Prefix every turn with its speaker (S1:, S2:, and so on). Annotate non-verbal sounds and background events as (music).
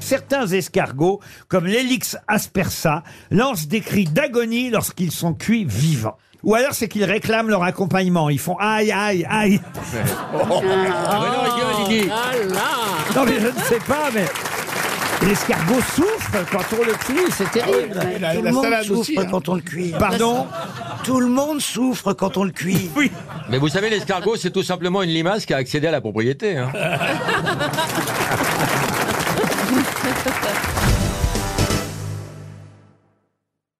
S1: certains escargots, comme l'Helix aspersa, lancent des cris d'agonie lorsqu'ils sont cuits vivants. Ou alors c'est qu'ils réclament leur accompagnement. Ils font aïe, aïe, aïe. (laughs) Non mais je ne sais pas, mais... L'escargot souffre quand on le cuit, c'est terrible.
S2: Ah la- Tout le la monde salade souffre aussi, hein. quand
S1: on le cuit. Pardon
S2: Tout le monde souffre quand on le cuit.
S1: Oui.
S3: Mais vous savez, l'escargot, c'est tout simplement une limace qui a accédé à la propriété. hein.